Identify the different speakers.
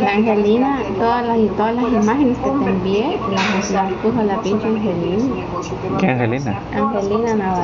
Speaker 1: La Angelina, todas las y todas las imágenes que te envié, las, las puso la pinche Angelina.
Speaker 2: ¿Qué Angelina?
Speaker 1: Angelina Navarro.